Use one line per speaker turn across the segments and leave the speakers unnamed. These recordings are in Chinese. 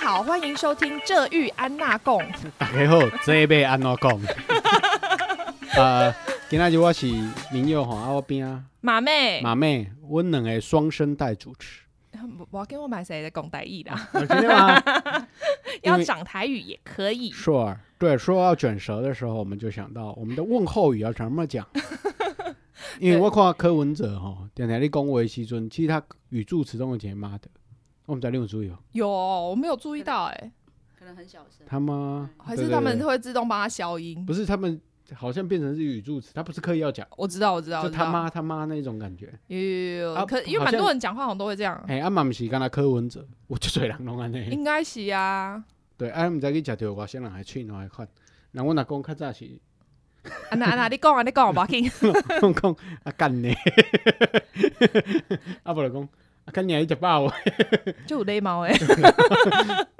好，欢迎收听《这玉安娜贡》。
大家好，这要安怎 讲？呃，今仔日我是林佑吼，啊我边啊
马妹，
马妹，阮两个双声带主持。
我要跟我买谁的拱台语啦？
真的吗 因
要
为
讲台语也可以。
？Sure。对，说到卷舌的时候，我们就想到我们的问候语要怎么 讲。因为我看柯文哲吼，点点你恭维西尊，其实他语助词都用前妈的，我们在六注意哦，
有，我没有注意到、哎，
可能很小声。
他妈
还
对
是
对
他们
对
会自动帮他消音。
不是他们好像变成是语助词，他不是刻意要讲，
我知道，我知道，
就
我知道
他妈他妈那种感觉。
有有有有，
啊
可因为
好
蛮
像
多人讲话好像都会这样，
哎、啊哎嘛毋是敢若柯文哲，有足侪人拢安尼。
应该是啊，
对，啊，毋知去食着外省人还喙哪迄款。人阮阿公较早是，
安娜安娜，你讲啊，你讲，我要听。
拢讲啊干呢，啊无就讲啊干娘伊食饱无，
就有礼貌 哎，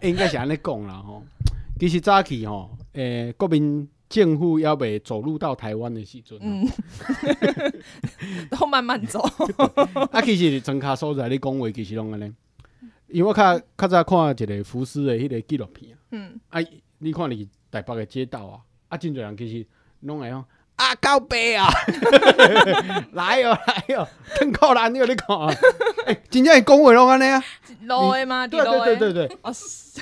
欸应该是安尼讲啦吼。其实早起吼，诶、国民政府要未走入到台湾的时阵、
嗯， 都慢慢走。
啊，其实庄卡所在咧讲话其实拢安尼。因为我较较早看一个福斯的迄个纪录片啊。
嗯，
啊，你看你台北的街道啊，啊，真侪人其实拢会讲啊，告白啊， 来哦来哦，更靠难哦，你看啊，欸真正是讲话拢安尼啊，
low 的吗？
对对对
对，
对对，啊
哦，是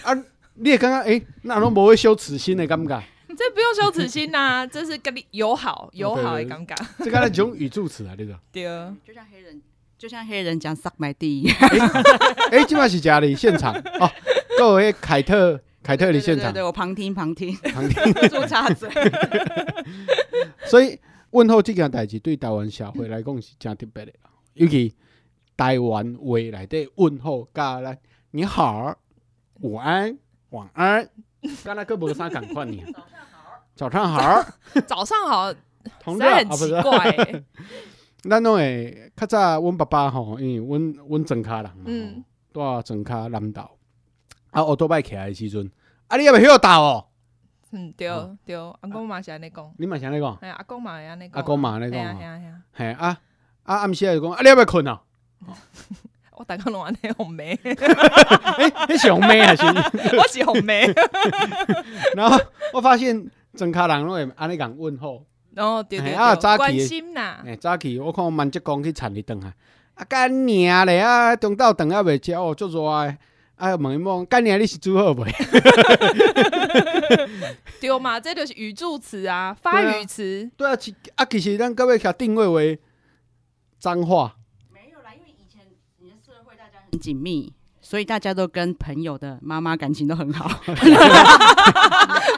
你会感觉诶，那拢无会羞耻心的感觉，
这不用羞耻心呐，这是跟你友好友好
哦
的尴尬。
这敢若一种语助词啊，你知道？
对，
就像黑人，就像黑人讲 “suck my d 一样。
诶，即欸摆是家里现场哦，各位凯特凯特的
对
现
对
场
对，，我旁听旁听，
旁听
做插嘴。
所以问候即件代志对台湾社会来讲是真特别的啦，尤其台湾话内底问候甲咱你好、午安、晚安，敢若佫无啥共款呢。早上好，
早上好，
同
实
志啊，
在
啊
很
不
奇
是，
怪欸。
咱拢会较早阮爸爸吼，因为阮阮庄卡人嘛
嗯
吼，住庄卡南岛，啊，我多摆起来的时阵，啊，你也袂晓打哦，
嗯，对
哦
对，阿公嘛是安尼讲，
你嘛是安尼讲，啊
哎，阿公嘛是安尼讲，
阿公嘛安尼
哎呀
讲哦
哎
吼，
呀哎呀，
嘿啊啊，暗时就讲，啊，你也袂困 啊，
我大家拢安尼红梅，
诶，你是红妹还啊是？
我是红梅，
然后我发现整卡人拢会安尼讲问候，
然后对对
哎啊
对，
早起
关心呐
哎、，早起我看我万职工去田里顿啊，啊干娘咧啊，中昼顿啊袂食哦，足热诶，啊问伊问干娘你是煮好袂？
对嘛，这就是语助词啊，发
对啊
语词，
对啊，其啊其实咱各位甲定位为脏话，
没有啦，因为以前你的社会大家很紧密，所以大家都跟朋友的妈妈感情都很好。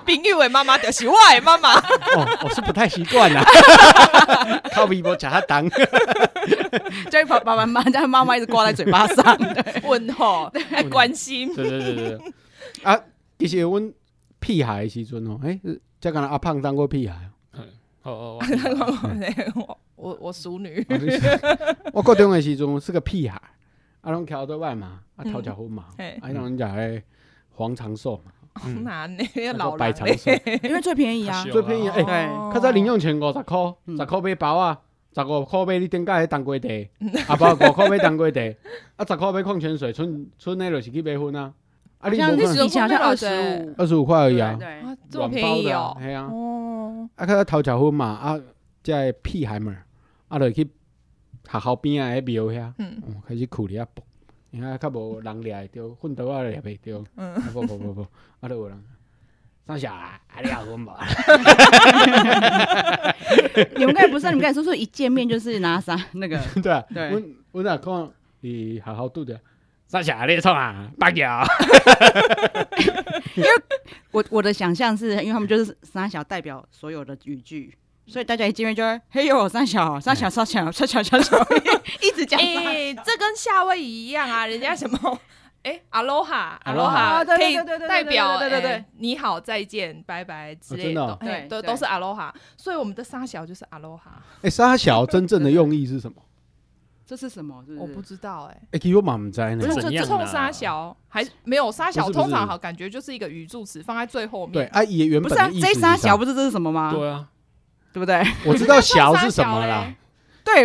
朋友的妈妈就是我的妈 妈，
哦，我是不太习惯啦， 靠微博食较重，
就把爸爸妈妈妈妈一直挂在嘴巴上。
问候啊关 心，
对对对对对，啊， 其实阮屁孩的时阵哦，诶、欸，才敢若阿胖当过屁孩哦。
哦哦，
我我我熟女，
我是 我高中的时阵是个屁孩，啊，拢徛对外嘛，啊，
嗯
头食薰嘛，
嘿
啊，那人讲诶，黄长寿嘛，
嗯
哪呢？ 那
那
老
个白
人
长
嘞
寿，
因为最便宜啊
是，哦
最便宜诶，
哦
较早零用钱五十箍，
嗯
十箍买包啊，十五箍买你顶家迄当归茶，
嗯
啊，包五箍买当归茶，啊，十箍买矿泉水，剩剩诶就是去买薰啊，啊，
好
你
像
无
那时
看
候
以前好像二十五，
二十五块而已
对
啊，
对
啊，这么
软
便
包
宜
的
哦
啊，，系啊，
哦，
啊，较早头食薰嘛，啊，在屁孩们，啊，就去学校边啊，迄庙遐。
嗯
哦，开始苦咧啊搏，你看较无人掠会着，粪头啊掠袂着，
嗯，
啊无无无无，啊都无人。上小啊，啊你好阮 无？
你们刚才不是你们刚才说说一见面就是拿啥那个，
对啊，
对
阮阮若看伫学校拄着，上小啊你在创啊，八角。
我我的想象是因为他们就是三小代表所有的语句，所以大家一见面就会嘿呦三小三小三小三小三小，一直讲三小。
哎，这跟夏威夷一样 啊，人家什么？ 哎，阿罗哈，阿罗
Aloha
哈，
啊对
可
对
以
对对对
代表
对对对对
哎你好、再见、拜拜之类
真的
的
哦，
都哎
对
都
对
都是阿罗哈，所以我们的沙小就是阿罗哈，
诶，沙小真正的用意是 什么？
这是什么？是
我不
不
知
是
道哎，
诶，其实我嘛毋知呢
不是。
怎
这
样
这
啊
冲沙小还是没有沙小，
不是不是
通常好感觉就是一个语助词放在最后面，
对，啊，也原
不
本
是啊
的意思
这
是
三小
啥，
不是这是什么吗？
对啊，
对不对？
我知道小是什么啦。
对，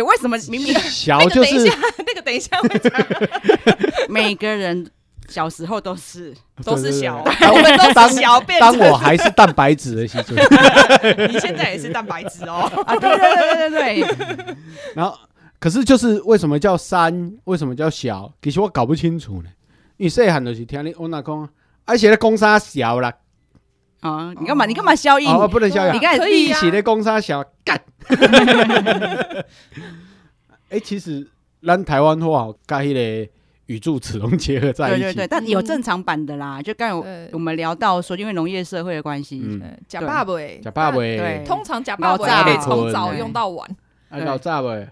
为什么明明
小就
那个等一
是
下，那个等一下会讲，
每个人小时候 都是，
都是
对对对
小，
当
我们都是小变
当
成
我还是蛋白质的时候，
你现在也是蛋白质 哦。
啊，对对对对对 对，
然后可是就是为什么叫山，为什么叫小，其实我搞不清楚呢。因为细汉就是听你翁那讲，啊而且咧讲啥小啦，
啊，你干嘛你干嘛消音？
哦，不能笑呀
你刚才
可以啊
一
呀
起咧讲啥小干。哎，其实咱台湾话甲迄个语助词拢结合在
对
一
对
起
对，，但有正常版的啦，就刚才我
呃
我们聊到说，因为农业社会的关系，
嗯，
假爸欸爸，
食饱
对
未？
通常假爸爸可以从早用到晚，
啊，老早未？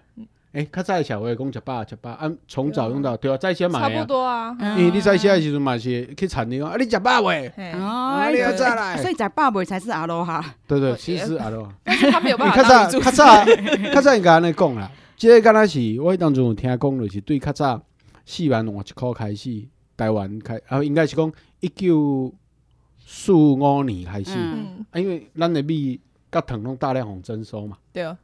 哎，较早的社会讲食饱食饱，啊，从早用到对啊，在先买
差不
啊。
多啊。
嗯
因为你在写的时阵嘛是去田里讲，啊，你食饱未？
嘿
哦
啊，你
要
再来
所以在爸爸才是阿罗哈，
对对，
我
其实啊，咯，
但 是他没有
你
办法
较早
当
较
主
早较早应该安尼讲啦。即个敢若是我迄当阵有听讲，就是对较早四万换一箍开始，台湾开啊，应该是讲一九四五年开始，
嗯
嗯，
啊，因为咱的米甲糖拢大量互征收嘛，
对哦，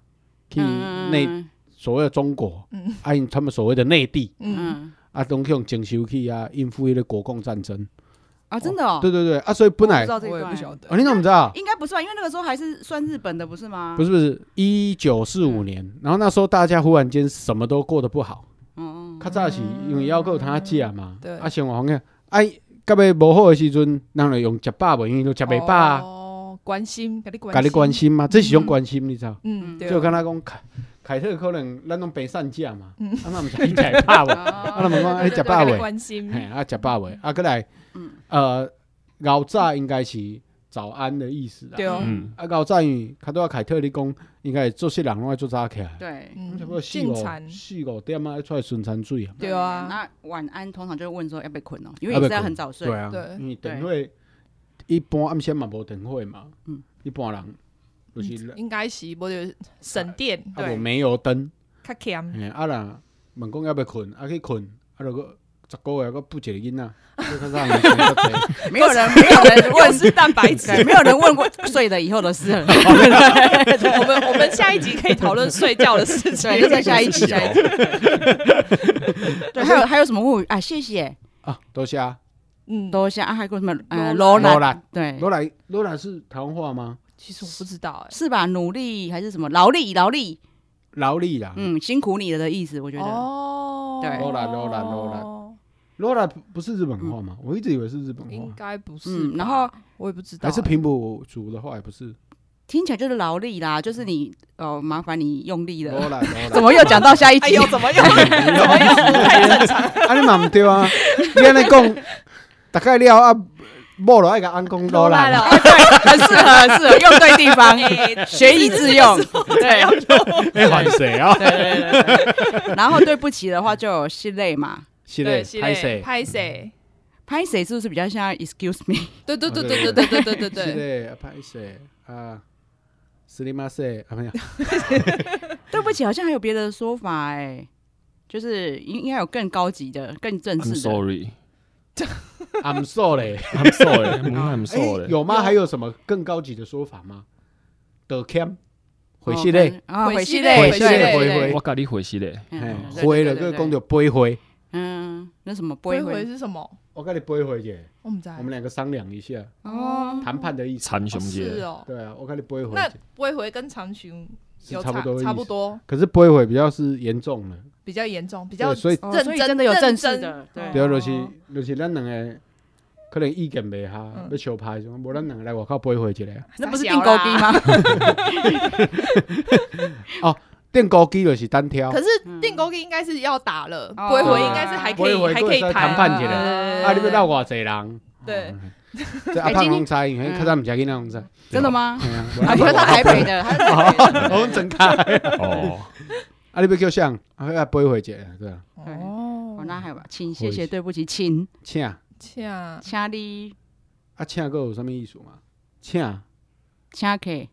去内
嗯
所谓的中国
嗯，
啊，因他们所谓的内地
嗯，
啊，拢去用征收去啊，应付迄个国共战争。
啊，真的哦，
对对对，啊，所以本来
我不知道这一
哎我也不晓
段，
得
哦，。你怎么知道？
应该不是吧？因为那个时候还是算日本的，不是吗？
不
是，
是不是，一九四五年，然后那时候大家忽然间什么都过得不好，
哦，
较早是因为要有他借嘛，
对
啊生活方面，哎，到尾无好的时阵，人就用食饱袂，因为都食袂饱啊，
哦，关心，给你关
家
心，
己关，心嘛，这是一种
嗯
关心，你知道？
嗯，对哦，
就敢若讲凯凯特可能咱拢白散食嘛，
嗯
啊那毋是伊食饱 无，
啊
啊人问讲哎食饱
给你
袂，
关心，
嘿啊食饱袂，啊过来
嗯，
呃，老早应该是早安的意思啊
对，哦，
嗯，啊老早因为较多凯特你讲应该做事人拢爱做早起来。
对
嗯
差不多四哦
进
五
餐，
四五点啊，要出来顺餐水啊。
对啊
那晚安通常就会问说要不要困哦，因为
要
你
不要
是要
困
很早睡，
啊
对
因为电话一般暗时嘛无电话嘛，
嗯
一般人就是
应该是不就省电，
啊无
对，
煤油灯，
较
嗯
强，
嘿啊啦，问讲要不要困，啊去困，啊如果十个月个不一个囡 仔，这较早年生较侪
没有人没有人
又
问
是蛋白质。
对，没有人问过睡了以后的事了。
我们我们下一集可以讨论睡觉的事情，
对，就在下一集，下
哦
一集。对，还有还有什么问我啊？谢谢，
啊，多谢啊。
嗯，
多谢啊，还有什么呃，
罗
罗
罗
兰，嗯
兰，
对，
罗兰，罗兰是台湾话吗？
其实我不知道哎。
是吧？努力还是什么劳力？劳力，
劳力啦，
嗯，辛苦你了的意思，我觉得。
哦，
对
罗兰罗兰罗罗兰不是日本话吗？
嗯
我一直以为是日本
应
话，
该不是吧。
嗯，然后
我也不知道
还
欸，
是平埔族的话也不 是。
听起来就是劳力啦，就是你哦，麻烦你用力
罗
了。
兰，罗兰
怎。么又讲到下一
哎
集
呦，？怎么又怎么又不太正常？
啊，你嘛毋对啊！你安尼讲，大概了啊，某落爱甲翁讲落来
了
啦，，
很适合，很适合，用啊对地方，
哎
学以致用。 对，
哎，还谁 啊？
然后对不起的话就有系类嘛，
是
对，
嘞，
是
拍
嘞
谁？
拍谁？
拍谁是不是比较像 excuse me？
对对对对对对对对
是
对
嘞，拍谁啊？斯里马塞啊，没 有，
对不起，好像还有别的说法哎、就是应应该有更高级的、更正
I'm
式的。
sorry,
俺瘦嘞。
I'm sorry, I'm
哎
sorry。
有吗？还有什么更高级的说法吗？得 cam，回系嘞，
啊，
毁
毁
系
系
列
类，
毁系
对
列
对
毁
哎
对
毁
我跟你回信嘞，
嘿
嗯，对
回了个公，
对对对
就背回，
嗯，那什么不
对，
会
回回
回
是什么？
我跟你背回去，
我们在
我们两个商量一下，
哦，
谈判的意思。
残雄
是
姐，
哦，
对啊，我跟你背回
那
去，
不会回跟长裙有
是差不多，
差不。多，哦
可是背回比较是严重的，
比较严重，比
比
较
所以
哦
认
所以
真
真的有
认
正式
真
的，对
哦
对啊，就是就是咱两个可能意见袂合，
嗯
要相拍，种无咱两个来外口背回一个。
那不是
傻
定
小
高
啦
低吗？
电高机就是单挑，
可
啊，
是电钩应该是要打了，
哦
不会回应该是还可
不会
以
回
还可以
还可以
谈
谈判起来
啊
你要闹偌济人？
对
哦，
呃
这阿胖拢知，因为
嗯
较早毋知囡仔 拢知。
真的吗？
嘿啊？
啊，因为他台北的，他是台北的
我们整开。
哦，
啊，你要叫啥？啊，要背回一个，对啊，
对
哦
哦，那还有吧，请谢谢，对不起，请
请啊，
这 样
请你
请个有啥物意思嘛？请，
请客，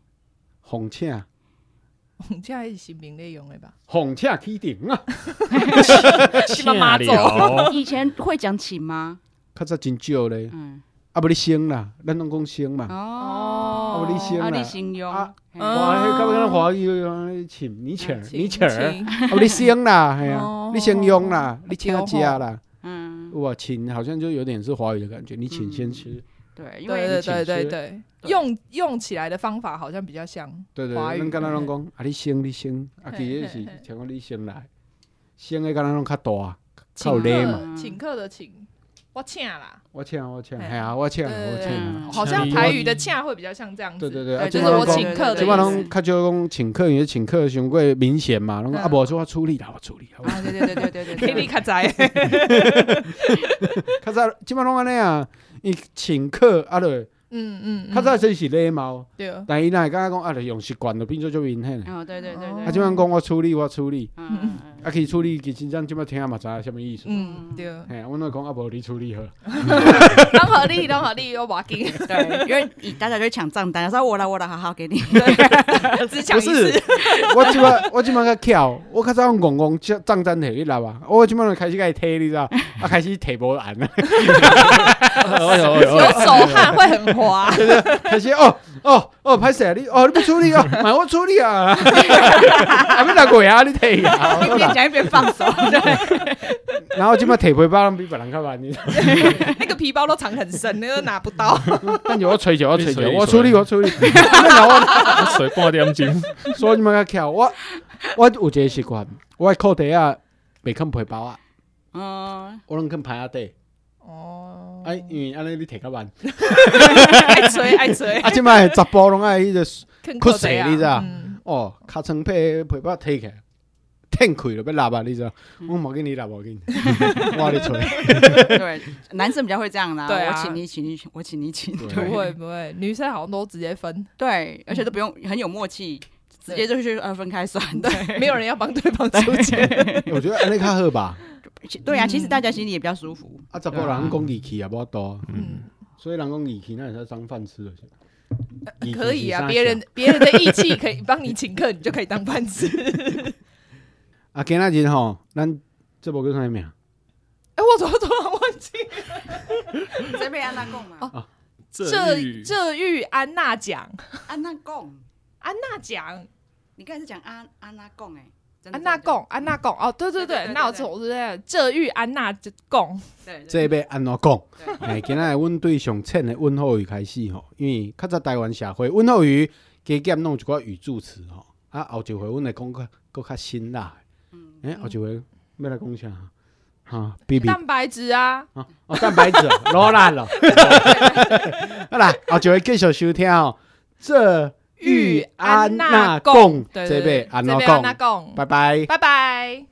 奉请，
这样是名内用的吧？
奉请起顶啊！
是妈妈做
走，
以前会讲请吗？
较早真少咧，
嗯，
啊，无你先啦，咱拢讲先嘛。
哦，
啊，无你先
啊，
啦
你。形容
啊，
嘿
嗯
哇，迄个咱华语讲请你请你请。
请
哦，你先啦，系
啊哦
啊，你先用啦，你请食啦，
嗯，
哇，请好像就有点是华语的感觉，你请先
嗯
吃，
对，因
对对
为
对对
请
对，
对
用用起来的方法好像比较像。
对对，
华语
咱敢若拢讲啊，你先你先，啊，
嘿
其实
嘿
是
嘿
像讲你先来，先的敢若拢较大，较
请
有
客
礼
嘛
请客的请，我请啦。
我请我请，
嘿
哎呀，我请
对对
我
对
请，
好像台语的请啊会比较像这样子。
嗯对对对啊
就
这
是
边
我
拢
请客的
即
意
摆
思
拢。较少讲请客，因为请客伤过明显嘛，拢讲
嗯
啊无说我处理啦，我处理啦我处
啊，对对对对对对对
给你
对，
卡 仔，
理。较早即摆拢安尼啊，伊请客啊，就
嗯嗯，嗯
较早真是礼貌，
对，
但伊若会敢讲啊，就用习惯就变做足明显的。
哦对对对对，
啊，即摆讲我处理我处理，
嗯，嗯
啊去处理，其实咱即摆听嘛知影什物意思。
嗯对，
嘿，阮都讲啊无你处理好，
当合理当合理，我把给
嗯 对，因为你大家就会抢账单，说我来我来，好好给你，
只抢
不
一
是
次，，
我即摆 我即摆较巧，我较早戆戆账账单摕你来吧，我即摆就开始甲伊摕，你知道？ 啊开始摕无按 啊，
哎呦哎呦
有手 汗会很 滑，
开始哦哦哦，歹势啊你哦你不处理哦， 买我处理啊， 啊要哪过啊你摕啊，
一
我
边
啦
讲一边放手， 对，
然后即摆摕背包人比别人较慢，你知道哎
那个皮包都藏很深，那个拿不 到。
等下我揣 着我揣
你
着，
随意
我处理
随
我处理， 然后
水半 点钟，
我所以即摆较巧，我我有一个习惯，我的裤袋啊袂囥背包啊，
嗯，
我拢囥牌仔底，
哦，
啊因为安尼你摕较 慢，哎
爱吹爱 吹，
啊即摆十步拢爱迄个。
坑
哭
口
死
贼啊！
你知道
嗯
哦，尻川被被包摕起来，挺开了要拉吧，你知道？
嗯
我冇给你拉，冇给你， 我咧吹。
对，男生比较会这样啦，
对啊
我请你请你我请你请，
对
不会不会，女生好像都直接分，
对，而且都不用很有默契，直接就是呃分开算，对，
没有人要帮对方出钱。
我觉得安尼较好吧。
其 对呀，啊其实大家心里也比较舒服，
啊，十个人讲义气也无多，
嗯，
所以人讲义气，那也是当饭吃的。义气
可以
是啥
啊，
小
别人别人的义气可以帮你请客，你就可以当饭吃。
啊，今仔日吼，咱这部叫啥名？
哎，我怎么突然忘记
这边安娜贡嘛，
这这玉安娜奖？
安娜贡，
安娜奖，
你刚才是讲安安娜贡哎，真的
安娜，贡，安娜贡。哦，对对
对对
对，
对
那我
对
错对这玉安娜贡。
真的对，
这要安怎 讲？
对
哎，今仔日阮对上浅的问候语开始吼，因为较早台湾社会问候语加减弄一寡语助词吼，啊，后一回阮会讲较搁较辛辣的。
嗯
哎、后一回要来讲啥？哈，B B
蛋白质啊，
啊，哦，蛋白质 哦落烂了。好啦，后一回继续收听哦。这
玉安
娜
娜贡，对对
这
对
边安娜
这边安娜
贡，
贡，
拜拜。
拜拜。